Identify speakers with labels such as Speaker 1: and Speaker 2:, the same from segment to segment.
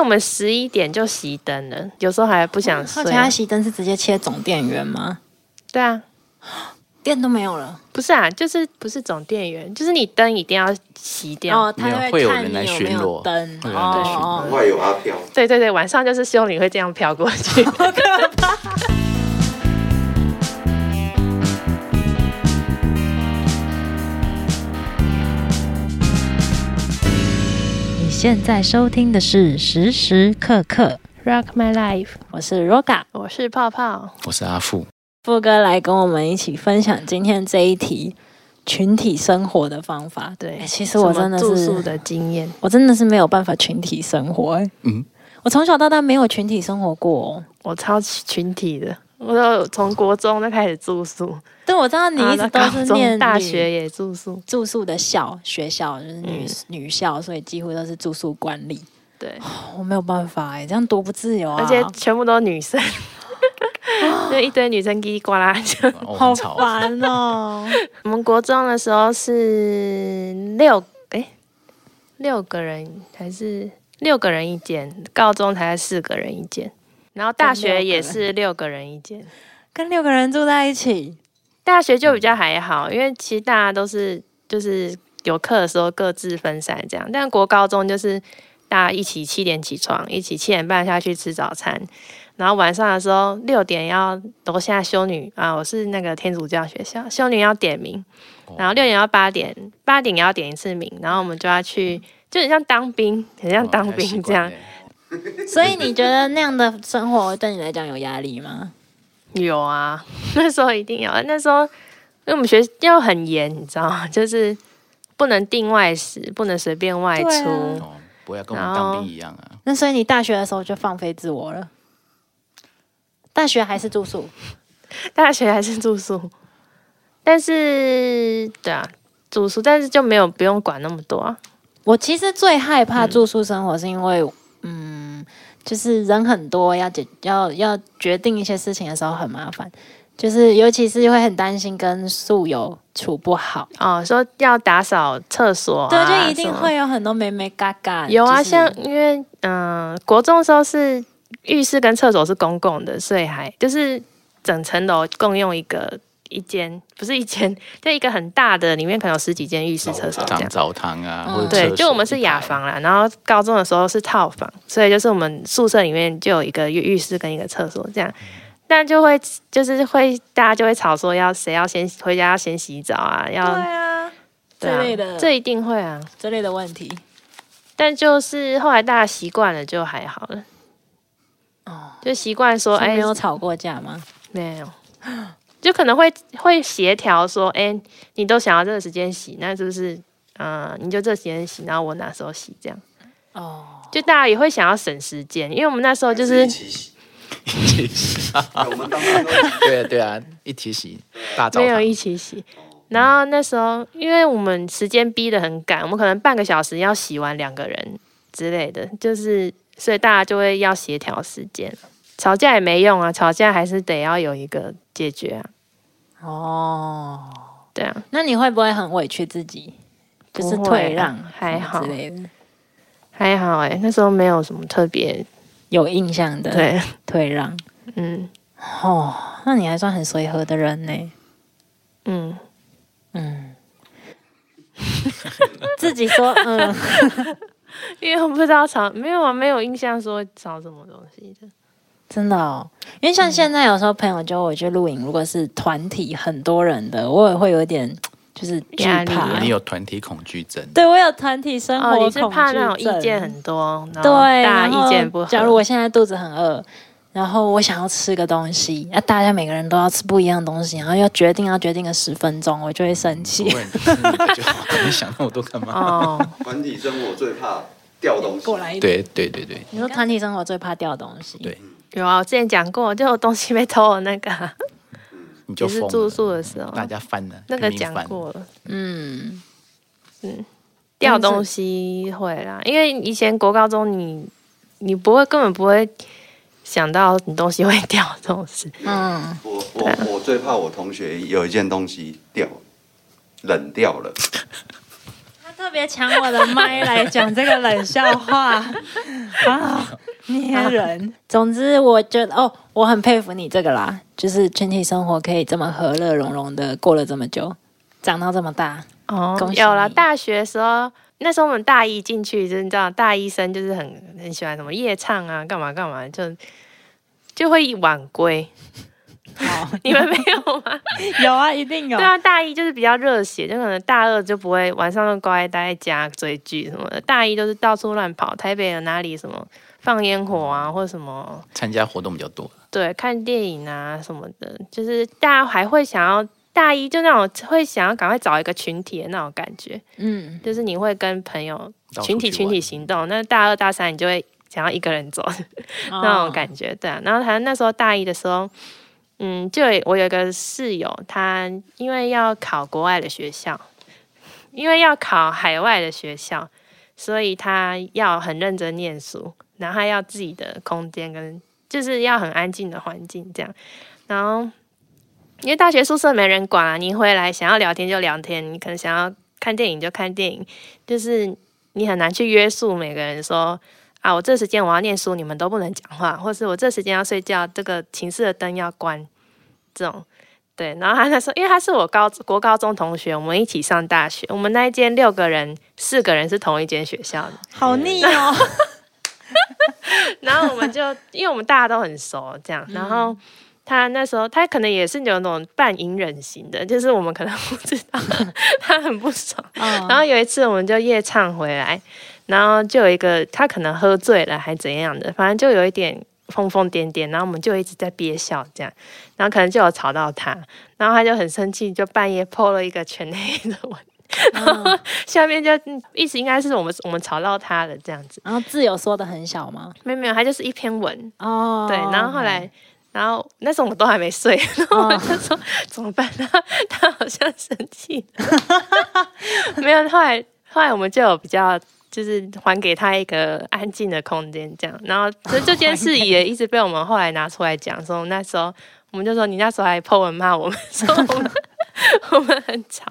Speaker 1: 我们十一点就熄灯了，有时候还不想睡啊
Speaker 2: 而且。它熄灯是直接切总电源吗？
Speaker 1: 对啊，
Speaker 2: 电都没有了。
Speaker 1: 不是啊，就是不是总电源，就是你灯一定要熄掉。
Speaker 2: 哦，它
Speaker 3: 没有
Speaker 2: 会
Speaker 3: 会有
Speaker 2: 看
Speaker 3: 人
Speaker 2: 你
Speaker 3: 来
Speaker 2: 有
Speaker 3: 巡
Speaker 2: 没有
Speaker 3: 逻
Speaker 2: 灯。
Speaker 3: 会有人来巡逻
Speaker 2: 哦，哦
Speaker 4: 外有阿飘。
Speaker 1: 对对对，晚上就是修女会这样飘过 去。
Speaker 5: 你现在收听的是时时刻刻，
Speaker 1: Rock my life，
Speaker 2: 我是 Roga，
Speaker 1: 我是泡泡。
Speaker 3: 我是 阿富，
Speaker 2: 富哥来跟我们一起分享今天这一题群体生活的方法。
Speaker 1: 对，
Speaker 2: 哎其实我真的
Speaker 1: 什么住宿
Speaker 2: 是，
Speaker 1: 的经验，
Speaker 2: 我真的是没有办法群体生活、哎
Speaker 3: 嗯，
Speaker 2: 我从小到大没有群体生活过、哦。
Speaker 1: 我超群体的。我都从国中就开始住宿，
Speaker 2: 对，我知道你一直都
Speaker 1: 然后啊
Speaker 2: 是
Speaker 1: 高中
Speaker 2: 念
Speaker 1: 大
Speaker 2: 女
Speaker 1: 学嗯也住宿。
Speaker 2: 住宿的校学校就是女、女校，所以几乎都是住宿管理。
Speaker 1: 对，
Speaker 2: 我没有办法哎、这样多不自由啊！
Speaker 1: 而
Speaker 3: 哦
Speaker 1: 且全部都是女生， 就一堆女生叽里呱啦。就
Speaker 3: 哦
Speaker 2: 好
Speaker 3: 很吵，
Speaker 2: 烦哦、
Speaker 1: 我们国中的时候是六哎六个人还是六个人一间，高中才四个人一间，然后大学也是六个人一间。
Speaker 2: 跟六个人住在一起，
Speaker 1: 大学就比较还好，因为其实大家都是就是有课的时候各自分散这样，但国高中就是大家一起七点起床，一起七点半下去吃早餐，然后晚上的时候六点要楼下修女啊，我是那个天主教学校，修女要点名，然后六点到八点，八点也要点一次名，然后我们就要去，就很像当兵，很
Speaker 3: 哦
Speaker 1: 像当兵这样，
Speaker 2: 所以你觉得那样的生活对你来讲有压力吗？
Speaker 1: 有啊， 那时候一定有。那时候因为我们学校很严，你知道吗？ 就是不能订外食，不能随便外
Speaker 2: 对啊
Speaker 1: 出。
Speaker 3: 哦，不要跟我
Speaker 1: 然
Speaker 3: 们
Speaker 1: 后
Speaker 3: 当兵一样啊，
Speaker 2: 那所以你大学的时候就放飞自我了。大学还是住宿，
Speaker 1: 大学还是住宿，但是对啊，住宿，但是就没有不用管那么多啊。
Speaker 2: 我其实最害怕住宿生活，是因为，嗯，就是人很多，要解要要决定一些事情的时候很麻烦，就是尤其是会很担心跟宿友处不好，
Speaker 1: 哦，说要打扫厕所、啊，
Speaker 2: 对，就一定
Speaker 1: 什么
Speaker 2: 会有很多美美嘎嘎。
Speaker 1: 有啊。
Speaker 2: 就是
Speaker 1: 像因为嗯、呃国中的时候是浴室跟厕所是公共的，所以还就是整层楼共用一个。一间不是一间，就一个很大的，里面可能有十几间浴室、厕所这
Speaker 3: 当
Speaker 1: 样。
Speaker 3: 澡堂啊，
Speaker 2: 嗯
Speaker 3: 或者
Speaker 1: 对
Speaker 3: 厕，所
Speaker 1: 就我们是
Speaker 3: 一
Speaker 1: 雅
Speaker 3: 排，
Speaker 1: 房啦，然后高中的时候是套房，所以就是我们宿舍里面就有一个浴浴室跟一个厕所这样，但就会就是会大家就会吵说要谁要先回家要先洗澡啊，要
Speaker 2: 对啊
Speaker 1: 对
Speaker 2: 这
Speaker 1: 啊
Speaker 2: 类的
Speaker 1: 这一定会啊，
Speaker 2: 这类的问题，
Speaker 1: 但就是后来大家习惯了就还好了，
Speaker 2: 哦，
Speaker 1: 就习惯说
Speaker 2: 是
Speaker 1: 哎
Speaker 2: 没有吵过架吗？
Speaker 1: 没有，就可能会会协调说哎你都想要这个时间洗，那就是嗯、呃你就这时间洗，然后我哪时候洗这样，
Speaker 2: 哦，
Speaker 1: 就大家也会想要省时间，因为我们那时候就是
Speaker 4: 一。起洗。 我们当时都
Speaker 3: 对啊对啊，一起洗大澡
Speaker 1: 没有
Speaker 3: 堂，
Speaker 1: 一起洗。然后那时候，因为我们时间逼得很赶，我们可能半个小时要洗完两个人之类的，就是所以大家就会要协调时间。吵架也没用啊，吵架还是得要有一个解决啊。
Speaker 2: 哦，
Speaker 1: 对啊，
Speaker 2: 那你会不会很委屈自己？就是
Speaker 1: 不会啊
Speaker 2: 退让
Speaker 1: 还好
Speaker 2: 之类的，
Speaker 1: 还好哎、那时候没有什么特别
Speaker 2: 有印象的
Speaker 1: 对，
Speaker 2: 退让。
Speaker 1: 嗯
Speaker 2: 哦，那你还算很随和的人呢。
Speaker 1: 嗯，
Speaker 2: 嗯， 自己说，嗯，
Speaker 1: 因为我不知道吵没有啊，没有印象说吵什么东西的。
Speaker 2: 真的哦。因为像现在有时候朋友叫我去露营，如果是团体很多人的，我也会有点就是惧
Speaker 1: 压力
Speaker 2: 怕
Speaker 3: 啊你。有团体恐惧症，
Speaker 2: 对我有团体生活
Speaker 1: 哦，
Speaker 2: 恐
Speaker 1: 你
Speaker 2: 惧
Speaker 1: 是
Speaker 2: 症，
Speaker 1: 怕那种意见很多，然后
Speaker 2: 对，
Speaker 1: 大家
Speaker 2: 然后
Speaker 1: 意见不合。
Speaker 2: 假如我现在肚子很饿，然后我想要吃个东西，那、大家每个人都要吃不一样的东西，然后要决定要决定个十分钟，我就会生
Speaker 3: 不
Speaker 2: 气。
Speaker 3: 会你是你的就好，你想那么多干嘛？
Speaker 1: 哦，
Speaker 4: 团体生活最怕掉东 西。
Speaker 2: 过来一点，
Speaker 3: 对对对对，
Speaker 2: 你说团体生活最怕掉东西，
Speaker 3: 对
Speaker 1: 有啊，我之前讲过，就有东西被偷的那个啊、
Speaker 3: 你
Speaker 1: 也
Speaker 3: 就是疯
Speaker 1: 住
Speaker 3: 了，
Speaker 1: 宿的时候，
Speaker 3: 大家翻了，
Speaker 1: 那个
Speaker 3: 拼命
Speaker 1: 讲
Speaker 3: 翻
Speaker 1: 过了，
Speaker 2: 嗯。
Speaker 1: 掉东西会啦，因为以前国高中你你不会根本不会想到你东西会掉这种 事，
Speaker 2: 嗯，
Speaker 4: 我我我最怕我同学有一件东西掉，冷掉了。
Speaker 2: 特别抢我的 麦来讲这个冷笑话 啊，捏人。总之，我觉得哦，我很佩服你这个啦，就是群体生活可以这么和乐融融的过了这么久，长到这么大。
Speaker 1: 哦
Speaker 2: 恭，喜
Speaker 1: 有了。
Speaker 2: 你
Speaker 1: 大学的时候，那时候我们大一进去，就是你知道，大一生就是很很喜欢什么夜唱啊，干嘛干嘛，就就会晚归。
Speaker 2: 哦，
Speaker 1: 你们没有吗？
Speaker 2: 有啊，一定有
Speaker 1: 对。啊，大一就是比较热血，就可能大二就不会晚上都乖待在家追剧什么的。大一就是到处乱跑，台北有哪里什么放烟火啊，或者什么
Speaker 3: 参加活动比较多，
Speaker 1: 对看电影啊什么的，就是大家还会想要大一就那种会想要赶快找一个群体的那种感觉，
Speaker 2: 嗯，
Speaker 1: 就是你会跟朋友
Speaker 3: 到处
Speaker 1: 群体
Speaker 3: 去
Speaker 1: 群体
Speaker 3: 玩
Speaker 1: 行动。那大二大三你就会想要一个人走，那
Speaker 2: 哦
Speaker 1: 种感觉，对啊。然后他那时候大一的时候，嗯，就有我有一个室友，他因为要考国外的学校，因为要考海外的学校，所以他要很认真念书，然后他要自己的空间跟就是要很安静的环境这样。然后因为大学宿舍没人管啊，你一回来想要聊天就聊天，你可能想要看电影就看电影，就是你很难去约束每个人说。啊，我这时间我要念书，你们都不能讲话，或是我这时间要睡觉，这个寝室的灯要关，这种。对，然后他那时候，因为他是我高国高中同学，我们一起上大学，我们那一间六个人，四个人是同一间学校的，
Speaker 2: 好腻 哦。
Speaker 1: 然后我们就因为我们大家都很熟，这样，然后他那时候他可能也是有那种半隐忍型的，就是我们可能不知道 他很不爽，然
Speaker 2: 然
Speaker 1: 后有一次我们就夜唱回来，然后就有一个他可能喝醉了还怎样的，反正就有一点疯疯癫癫，然后我们就一直在憋笑这样，然后可能就有吵到他，然后他就很生气，就半夜泼了一个全黑的文，下面就嗯意思应该是我们我们吵到他了这样子，
Speaker 2: 然后字有缩的很小吗？
Speaker 1: 没有没有，他就是一篇文，
Speaker 2: 哦，
Speaker 1: 对，然后后来。然后那时候我们都还没睡，然后我就说、怎么办？ 他他好像生气了， 没有。后来后来我们就有比较，就是还给他一个安静的空间，这样。然后所以这件事也一直被我们后来拿出来讲，说那时候我们就说你那时候还 po 文骂我们，说我们我们很吵，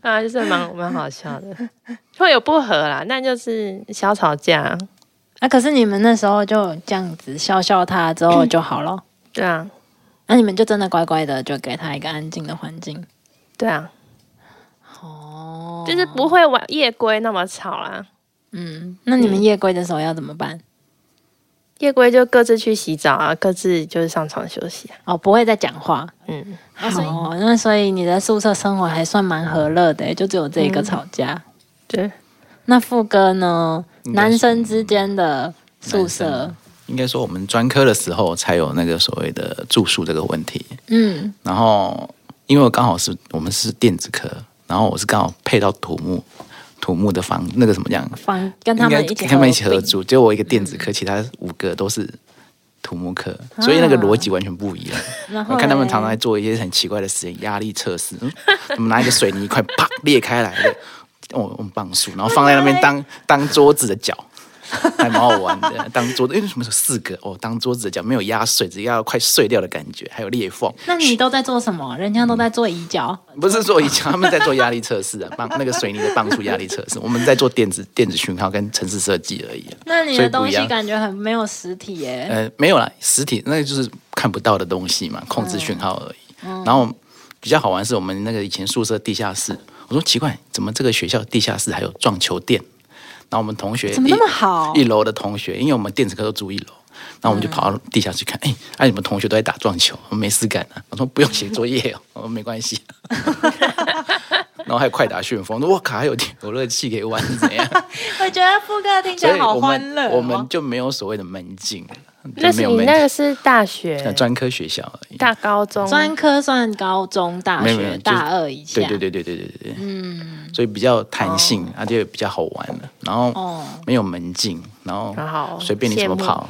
Speaker 1: 啊，就是蛮蛮好笑的，会有不和啦，那就是小吵架，
Speaker 2: 啊，可是你们那时候就这样子笑笑他之后就好了，
Speaker 1: 对啊，
Speaker 2: 那、你们就真的乖乖的就给他一个安静的环境。
Speaker 1: 对啊。
Speaker 2: 哦，
Speaker 1: 就是不会晚夜归那么吵啦。
Speaker 2: 嗯，那你们夜归的时候要怎么办？
Speaker 1: 夜归就各自去洗澡啊，各自就是上床休息啊。
Speaker 2: 哦，不会再讲话。
Speaker 1: 嗯，
Speaker 2: 好，那所以你的宿舍生活还算蛮和乐的，欸就只有这一个吵架。
Speaker 1: 对，
Speaker 2: 那副歌呢？
Speaker 3: 应该是
Speaker 2: 男生之间的宿舍
Speaker 3: 男生，应该说我们专科的时候才有那个所谓的住宿这个问题。
Speaker 2: 嗯，
Speaker 3: 然后因为我刚好是我们是电子科，然后我是刚好配到土木，土木的房那个什么样，
Speaker 2: 房跟他
Speaker 3: 应该
Speaker 2: 们一起嗯
Speaker 3: 跟他们一起合
Speaker 2: 并
Speaker 3: 住，就我一个电子科，其他五个都是土木科，所以那个逻辑完全不一样。
Speaker 2: 啊 然后
Speaker 3: 我看他们
Speaker 2: 嘞
Speaker 3: 常常在做一些很奇怪的实验，压力测试，嗯我们拿一个水泥块啪裂开来的，哦，用棒树，然后放在那边当当桌子的脚，还蛮好玩的。当桌子，因为什么时候四个哦，当桌子的脚没有压碎，只压到快碎掉的感觉，还有裂缝。
Speaker 2: 那你都在做什么？人家都在做移脚。
Speaker 3: 不是做以前他们在做压力测试啊，棒那个水泥的棒束压力测试，我们在做电子电子讯号跟城市设计而已、啊。
Speaker 2: 那你
Speaker 3: 所以
Speaker 2: 的
Speaker 3: 不
Speaker 2: 东
Speaker 3: 一
Speaker 2: 西
Speaker 3: 样
Speaker 2: 感觉很没有实体耶。
Speaker 3: 呃，没有啦，实体那个就是看不到的东西嘛，控制讯号而已。
Speaker 2: 嗯
Speaker 3: 然后比较好玩是我们那个以前宿舍地下室，我说奇怪，怎么这个学校地下室还有撞球店？然后我们同学
Speaker 2: 怎么
Speaker 3: 一
Speaker 2: 那么好嗯
Speaker 3: 一楼的同学，因为我们电子科都住一楼，然后我们就跑到地下去看，哎、哎、你们同学都在打撞球，我没事干啊。我说不用写作业哦，我说没关 系。然后还有快打旋风，我说哇靠，还有游乐器可以玩 是怎样？
Speaker 2: 我觉得副歌听起
Speaker 3: 所
Speaker 2: 来
Speaker 3: 以
Speaker 2: 好
Speaker 3: 我
Speaker 2: 欢
Speaker 3: 们
Speaker 2: 乐哦。
Speaker 3: 我们就没有所谓的门禁，就
Speaker 1: 那
Speaker 3: 没
Speaker 1: 是
Speaker 3: 有
Speaker 1: 你
Speaker 3: 门
Speaker 1: 那
Speaker 3: 禁
Speaker 1: 个是大学
Speaker 3: 呃，专科学校而已。
Speaker 1: 大高中，啊
Speaker 2: 专科算高中、大
Speaker 3: 没有没有
Speaker 2: 学、
Speaker 3: 就是
Speaker 2: 大二以下。
Speaker 3: 对对对对对对对对，嗯，所以比较弹性，而且比较好玩了。然后
Speaker 2: 哦
Speaker 3: 没有门禁，然后
Speaker 1: 很好
Speaker 3: 随便你怎么
Speaker 1: 羡慕
Speaker 3: 跑。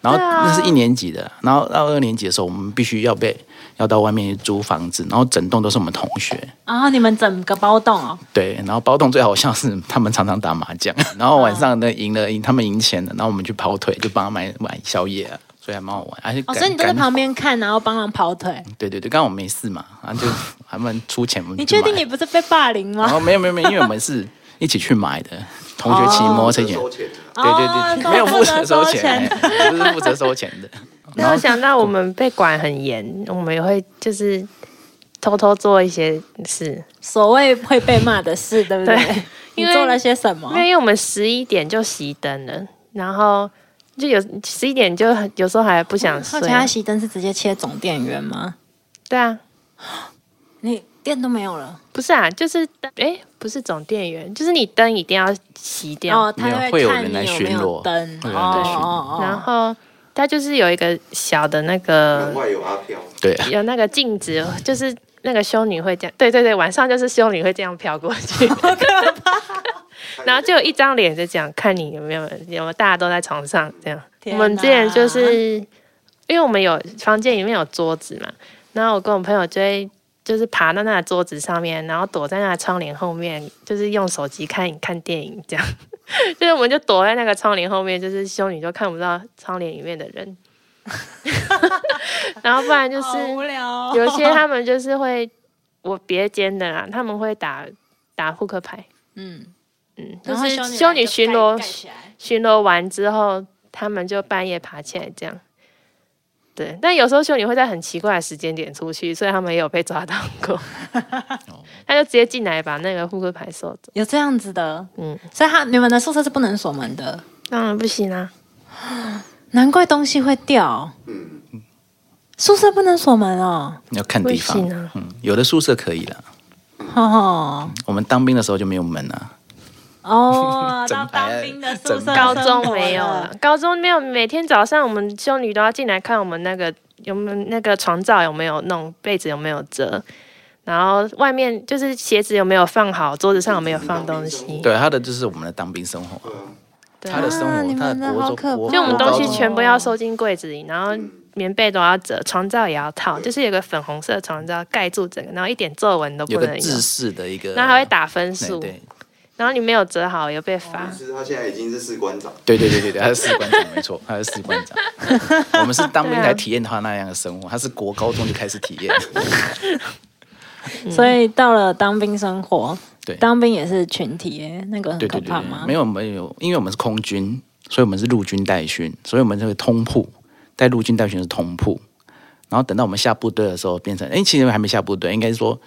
Speaker 3: 然后
Speaker 2: 啊
Speaker 3: 那是一年级的，然后到二年级的时候，我们必须要被要到外面去租房子，然后整栋都是我们同学。
Speaker 2: 然啊后你们整个包栋哦，
Speaker 3: 对，然后包栋最好像是他们常常打麻将， 然后晚上呢赢了赢他们赢钱了，然后我们去跑腿，就帮他买买宵夜啊，所以还蛮好玩。而且
Speaker 2: 哦，
Speaker 3: 赶
Speaker 2: 所以你都在
Speaker 3: 赶
Speaker 2: 旁边看，然后帮忙跑腿。
Speaker 3: 对对对，刚好啊没事嘛，然后就 他们出钱，我们
Speaker 2: 你
Speaker 3: 就
Speaker 2: 确定
Speaker 3: 买
Speaker 2: 你不是被霸凌
Speaker 3: 然
Speaker 2: 吗？
Speaker 3: 后没有没有没有，因为我们是一起去买的，同学骑摩托
Speaker 2: 哎
Speaker 3: 车一起。
Speaker 4: 收钱的啦
Speaker 3: 对对
Speaker 2: 哦
Speaker 3: 对，没有
Speaker 2: 都
Speaker 3: 负责收
Speaker 2: 收
Speaker 3: 钱，哎不是负责收钱 的。
Speaker 1: 那我想到我们被管很严，我们也会就是偷偷做一些事，
Speaker 2: 所谓会被骂的事，对不
Speaker 1: 对
Speaker 2: 对？你
Speaker 1: 因为
Speaker 2: 做了些什么
Speaker 1: 因？为因为我们十一点就熄灯了，然后就有十一点就很有时候还不想睡啊
Speaker 2: 后，来熄灯是直接切总电源吗？
Speaker 1: 对啊，
Speaker 2: 你电都没有了，
Speaker 1: 不是啊，就是灯诶，不是总电源，就是你灯一定要熄掉，
Speaker 2: 哦，他
Speaker 3: 没有会有
Speaker 2: 看
Speaker 3: 人来
Speaker 2: 你有
Speaker 3: 巡
Speaker 2: 没有
Speaker 3: 逻
Speaker 2: 灯，
Speaker 3: 会有人来巡逻
Speaker 2: 哦
Speaker 1: 然后它就是有一个小的那个
Speaker 4: 难怪有阿飘，
Speaker 3: 对，
Speaker 1: 有那个镜子，就是那个修女会这样，对对对，晚上就是修女会这样飘过 去， 然后就有一张脸就这样看你有没有有没有大家都在床上这样。我
Speaker 2: 天
Speaker 1: 们之前就
Speaker 2: 哪
Speaker 1: 是因为我们有房间里面有桌子嘛，然后我跟我朋友就会就是爬到那个桌子上面，然后躲在那个窗帘后面，就是用手机看看电影这样。 就是我们就躲在那个窗帘后面，就是修女就看不到窗帘里面的人， 然后不然就是
Speaker 2: 好无聊哦，
Speaker 1: 有些他们就是会，我别间的啊啦，他们会打打扑克牌，
Speaker 2: 嗯，
Speaker 1: 嗯，就
Speaker 2: 然后
Speaker 1: 是
Speaker 2: 修女
Speaker 1: 修
Speaker 2: 来
Speaker 1: 女
Speaker 2: 就
Speaker 1: 巡
Speaker 2: 盖
Speaker 1: 逻
Speaker 2: 盖起来
Speaker 1: 巡逻完之后，他们就半夜爬起来这样。对，但有时候修女会在很奇怪的时间点出去，所以他们也有被抓到过。他就直接进来把那个扑克牌收走，
Speaker 2: 有这样子的，
Speaker 1: 嗯，
Speaker 2: 所以他你们的宿舍是不能锁门的，
Speaker 1: 当然不行啊。
Speaker 2: 难怪东西会掉。
Speaker 4: 嗯，
Speaker 2: 宿舍不能锁门哦，
Speaker 3: 要看地方
Speaker 1: 不行啊。
Speaker 3: 嗯，有的宿舍可以了。
Speaker 2: 哦
Speaker 3: 我们当兵的时候就没有门啊，
Speaker 2: 哦，
Speaker 3: 整
Speaker 2: 当
Speaker 3: 排
Speaker 2: 当兵的宿
Speaker 3: 整
Speaker 2: 舍
Speaker 3: 排
Speaker 1: 高
Speaker 2: 生
Speaker 1: 中
Speaker 2: 活
Speaker 1: 没有啊
Speaker 2: 了
Speaker 1: 了，高中没有，每天早上我们修女都要进来看我们那个有没有那个床罩有没有弄，被子有没有折，然后外面就是鞋子有没有放好，桌子上有没有放东西，
Speaker 3: 对，他的就是我们的当兵生活，
Speaker 4: 对
Speaker 1: 对
Speaker 4: 啊，
Speaker 3: 他的生
Speaker 2: 啊
Speaker 3: 活，
Speaker 2: 你
Speaker 3: 他
Speaker 2: 们
Speaker 3: 的
Speaker 2: 的
Speaker 3: 国
Speaker 2: 好
Speaker 3: 中
Speaker 2: 可
Speaker 3: 国
Speaker 2: 怕
Speaker 1: 就我们
Speaker 3: 国
Speaker 1: 东
Speaker 3: 高
Speaker 1: 西
Speaker 3: 中
Speaker 1: 全部要收进柜子里，然
Speaker 2: 嗯
Speaker 1: 后棉被都要折，床罩也要套，就是有个粉红色床罩盖住整个，然后一点皱纹都
Speaker 3: 有
Speaker 1: 不能
Speaker 3: 个
Speaker 1: 有
Speaker 3: 制，式的一个，
Speaker 1: 然后还会打分
Speaker 3: 对
Speaker 1: 数，
Speaker 3: 对
Speaker 1: 然后你没有折好也被
Speaker 2: 哦
Speaker 1: 罚
Speaker 4: 其。实他现在已经是士官长，
Speaker 3: 对对对对对，他是士官长没错，他是士官长。我们是当兵
Speaker 1: 对啊
Speaker 3: 才体验他那样的生活，他是国高中就开始体验。
Speaker 1: 嗯
Speaker 2: 所以到了当兵生活，
Speaker 3: 对
Speaker 2: 当兵也是群体耶，那个很
Speaker 3: 对
Speaker 2: 可
Speaker 3: 对对
Speaker 2: 怕
Speaker 3: 对，
Speaker 2: 吗？
Speaker 3: 没有没有，因为我们是空军，所以我们是陆军代训，所以我们这个通铺带陆军代训是通铺。然后等到我们下部队的时候，变成哎，其实还没下部队，应该是说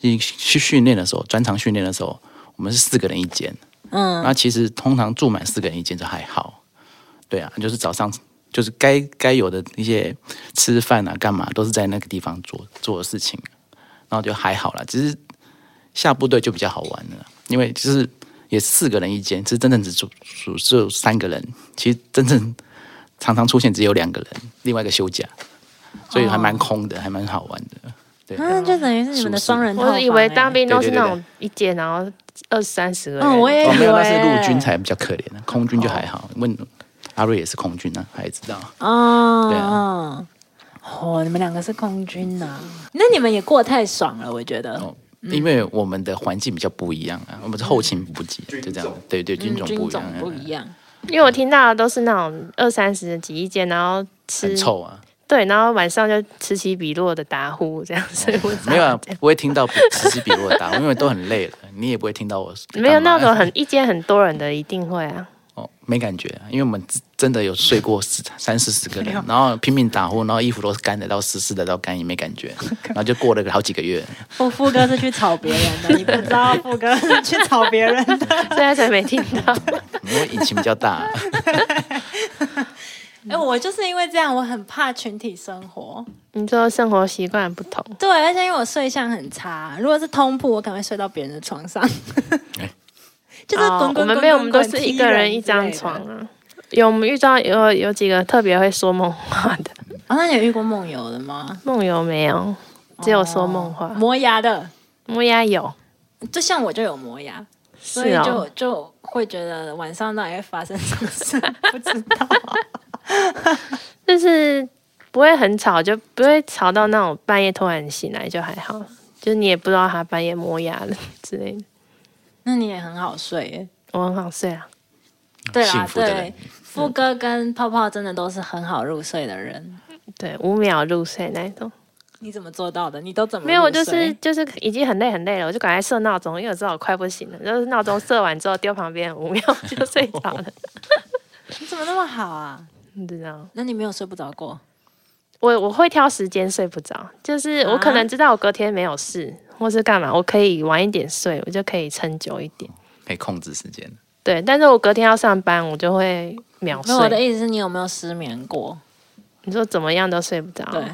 Speaker 3: 去去训练的时候，专场训练的时候，我们是四个人一间。嗯，那其实通常住满四个人一间就还好。对啊，就是早上就是该该有的一些吃饭啊、干嘛都是在那个地方做做的事情，然后就还好啦。只是下部队就比较好玩了，因为就是也是四个人一间，是真正只住住只有三个人，其实真正常常出现只有两个人，另外一个休假，所以还蛮空的，还蛮好玩的。对，
Speaker 2: 啊，就等于是你们的双人套
Speaker 1: 我
Speaker 2: 房
Speaker 1: 以为
Speaker 2: 耶
Speaker 1: 当兵都是
Speaker 3: 对对
Speaker 1: 那
Speaker 3: 对
Speaker 1: 种一间，然后二三十个人。
Speaker 2: 嗯，我也以
Speaker 3: 哦，没
Speaker 2: 为
Speaker 3: 有，那是陆军才比较可怜，啊空军就还好。问阿瑞也是空军啊，他也知道。
Speaker 2: 哦，
Speaker 3: 对啊
Speaker 2: 哦，你们两个是空军呐、那你们也过太爽了，我觉得。
Speaker 3: 哦，因为我们的环境比较不一样啊，我们是后勤补给，
Speaker 4: 嗯
Speaker 3: 就这
Speaker 4: 军
Speaker 3: 样
Speaker 4: 种。
Speaker 3: 对对，军种
Speaker 2: 嗯军
Speaker 3: 不一
Speaker 2: 种
Speaker 3: 样啊，
Speaker 2: 不一样，
Speaker 1: 因为我听到的都是那种二三十人挤一间，然后吃
Speaker 3: 很臭啊。
Speaker 1: 对，然后晚上就此起彼落的打呼这样， 所以我知道
Speaker 3: 没有啊
Speaker 1: 这样，
Speaker 3: 不会听到比此起彼落的打，因为都很累了，你也不会听到我。
Speaker 1: 没有那种很一间很多人的一定会啊，
Speaker 3: 哦，没感觉、啊，因为我们真真的有睡过十三四十个人，然后拼命打呼，然后衣服都是干的到湿湿的到干，也没感 觉，然后就过了个好几个月。
Speaker 2: 富富哦哥是去吵别人 的，你不知道富哥是去吵别人的。
Speaker 1: 现在才没听到。
Speaker 3: 因为引擎比较大、
Speaker 2: 哎、我就是因为这样，我很怕群体生活。
Speaker 1: 你说生活习惯不同，
Speaker 2: 对，而且因为我睡相很差，如果是通铺，我可能会睡到别人的床 上。
Speaker 3: 哎
Speaker 2: 就是
Speaker 1: 哦
Speaker 2: 滚
Speaker 1: 我
Speaker 2: 滚滚滚滚
Speaker 1: 们没有，我们都是一个人
Speaker 2: 踢
Speaker 1: 一张
Speaker 2: 之类的
Speaker 1: 床。啊。有我们遇到有有几个特别会说梦话的，
Speaker 2: 哦，那你有遇过梦游的吗？
Speaker 1: 梦游没有，只有说梦话。
Speaker 2: 磨牙的，
Speaker 1: 木鸭有，
Speaker 2: 就像我就有磨牙，所
Speaker 1: 是
Speaker 2: 以就、
Speaker 1: 哦，
Speaker 2: 就会觉得晚上到底会发生什么事， 不知道。
Speaker 1: 就是不会很吵，就不会吵到那种半夜突然醒来就还好，就是你也不知道他半夜磨牙了 之类的。
Speaker 2: 那你也很好睡耶。
Speaker 1: 我很好睡啊，
Speaker 2: 对啦
Speaker 3: 幸，福的人
Speaker 2: 对，富哥跟泡泡真的都是很好入睡的人。
Speaker 1: 对，五秒入睡那一种。
Speaker 2: 你怎么做到的？你都怎么
Speaker 1: 没有，
Speaker 2: 入
Speaker 1: 我就
Speaker 2: 睡
Speaker 1: 是就是已经很累很累了，我就赶快设闹钟，因为我知道我快不行了。就是闹钟设完之后丢旁边五秒 就睡着了，
Speaker 2: 你怎么那么好啊？
Speaker 1: 你知道？
Speaker 2: 那你没有睡不着过？
Speaker 1: 我我会挑时间睡不着，就是我
Speaker 2: 啊
Speaker 1: 可能知道我隔天没有事、或是干嘛，我可以晚一点睡，我就可以撑久一
Speaker 2: 哦
Speaker 1: 点。
Speaker 3: 可以控制时 间。
Speaker 1: 对，但是我隔天要上班，我就会秒
Speaker 2: 没有，我的
Speaker 1: 睡。
Speaker 2: 意思是你有没有失眠过？
Speaker 1: 你说怎么样都睡不着，
Speaker 2: 对，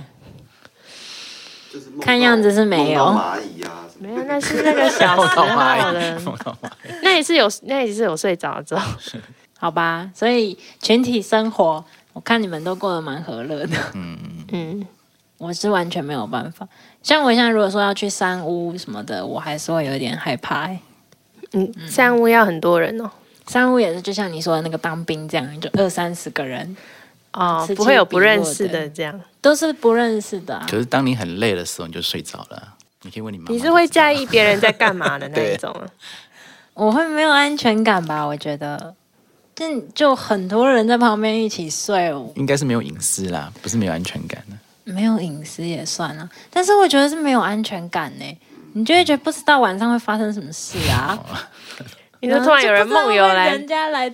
Speaker 4: 就是梦到
Speaker 2: 看样子是没有
Speaker 4: 梦到蚂蚁啊，什么
Speaker 1: 没有，那是那个小时候
Speaker 3: 到蚂
Speaker 1: 了
Speaker 3: 蚁，。碰到蚂蚁
Speaker 1: 那也是有，那也是有睡着之后，
Speaker 2: 好吧，所以群体生活，我看你们都过得蛮和乐的。
Speaker 1: 嗯，
Speaker 2: 我是完全没有办法。像我现在如果说要去山屋什么的，我还是会有一点害怕、欸。
Speaker 1: 嗯，三屋要很多人哦，
Speaker 2: 山屋也是就像你说的那个当兵这样，就二三十个人，
Speaker 1: 哦
Speaker 2: 此，
Speaker 1: 不会有
Speaker 2: 起彼
Speaker 1: 不认
Speaker 2: 落
Speaker 1: 识的
Speaker 2: 的
Speaker 1: 这样。
Speaker 2: 都是不认识的、啊。
Speaker 3: 可是当你很累的时候，你就睡着了啊。你可以问你妈妈。
Speaker 1: 你是会在意别人在干嘛的那一种啊？
Speaker 2: 我会没有安全感吧？我觉得，就就很多人在旁边一起睡，我
Speaker 3: 应该是没有隐私啦，不是没有安全感的。
Speaker 2: 没有隐私也算了、但是我觉得是没有安全感呢、你就会觉得不知道晚上会发生什么事啊，
Speaker 1: 你嗯说突然有人梦游
Speaker 2: 就不知道会不会
Speaker 1: 来
Speaker 2: 人，家来，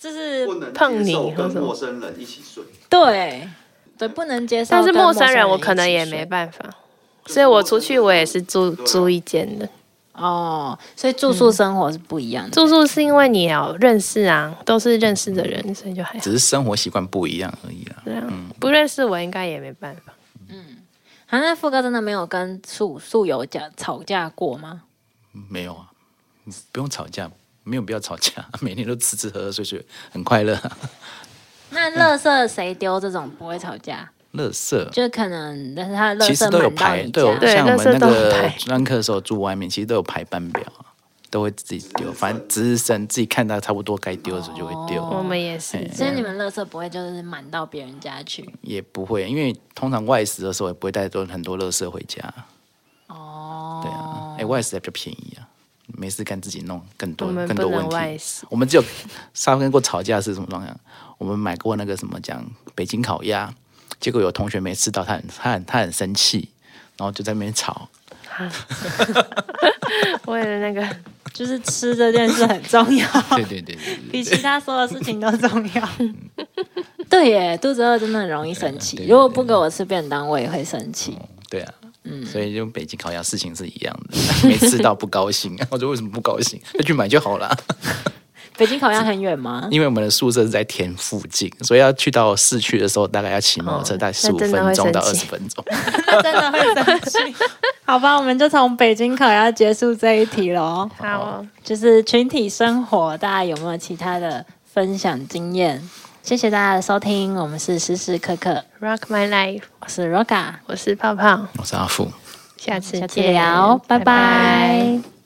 Speaker 2: 就是
Speaker 4: 不能
Speaker 1: 碰你
Speaker 4: 接受
Speaker 1: 或
Speaker 4: 跟
Speaker 1: 什么
Speaker 4: 陌生人一起睡。
Speaker 2: 对对，不能接受
Speaker 1: 但
Speaker 2: 跟
Speaker 1: 是陌
Speaker 2: 陌生
Speaker 1: 生
Speaker 2: 人一起睡。
Speaker 1: 人我可能也没办法，所以我出去我也是租
Speaker 4: 对啊
Speaker 1: 租一间的。
Speaker 2: 哦，所以住宿生活是不一样的。
Speaker 1: 住宿是因为你要认识啊，都是认识的人，所以就还好
Speaker 3: 只。是生活习惯不一样而已啦。
Speaker 1: 对啊，不认识我应该也没办法。
Speaker 2: 好，啊那富哥真的没有跟宿宿友讲吵架过吗？
Speaker 3: 没有啊，不用吵架，没有必要吵架， 每天都吃吃喝喝睡睡，很快乐、啊。
Speaker 2: 那垃圾谁丢这种不会吵架，
Speaker 3: 乐色
Speaker 2: 就可能，但是他的垃
Speaker 3: 其
Speaker 2: 圾
Speaker 3: 实都有
Speaker 2: 满到
Speaker 3: 排，
Speaker 2: 你
Speaker 3: 都有
Speaker 2: 家，
Speaker 1: 对
Speaker 3: 像我
Speaker 1: 垃圾
Speaker 3: 们那
Speaker 1: 都有
Speaker 3: 个
Speaker 1: 排
Speaker 3: 专科的时候住外面，其实都有排班表啊，都会自己丢，反正值日生自己看到差不多该丢的时候就会丢，
Speaker 1: 我们也是
Speaker 3: 哦嘿
Speaker 1: 这
Speaker 2: 所以
Speaker 1: 样，
Speaker 2: 你们垃圾不会就是满到别人家去
Speaker 3: 也不会，因为通常外食的时候也不会带多很多乐色回家，
Speaker 2: 哦。
Speaker 3: 对啊，哎、外食还比较便宜啊。没事干，自己弄更多
Speaker 1: 我们
Speaker 3: 更多
Speaker 1: 不能
Speaker 3: 问题。
Speaker 1: 外 食
Speaker 3: 我们只有沙跟过吵架是什么状况？我们买过那个什么讲北京烤鸭，结果有同学没吃到，他很他很他很生气，然后就在那边吵。
Speaker 1: 为了 那个
Speaker 2: 就是吃这件事很重要，
Speaker 3: 对对对对对
Speaker 2: 比其他所有事情都重 要。对耶，肚子饿真的很容易生
Speaker 3: 对啊
Speaker 2: 气。
Speaker 3: 对对
Speaker 2: 如果不给我吃便当，我也会生气。
Speaker 3: 对啊，
Speaker 1: 嗯
Speaker 3: 所以就北京烤鸭事情是一样的， 没吃到不高兴。 我说为什么不高兴？再去买就好了。
Speaker 2: 北京烤鸭很远吗？
Speaker 3: 因为我们的宿舍是在田附近，所以要去到市区的时候，大概要骑摩托车，
Speaker 1: 哦
Speaker 3: 大概十
Speaker 1: 那
Speaker 3: 五
Speaker 1: 真的会
Speaker 3: 分钟到二
Speaker 1: 生
Speaker 3: 十
Speaker 1: 气
Speaker 3: 分钟。
Speaker 2: 那真的会生气。 好吧，我们就从北京烤鸭结束这一题喽。
Speaker 1: 好哦，
Speaker 2: 就是群体生活，大家有没有其他的分享经验？谢谢大家的收听，我们是时时刻刻，
Speaker 1: Rock My Life，
Speaker 2: 我是 Roga，
Speaker 1: 我是泡泡，
Speaker 3: 我是阿富。
Speaker 1: 下次
Speaker 2: 下次
Speaker 1: 见，
Speaker 2: 聊，拜拜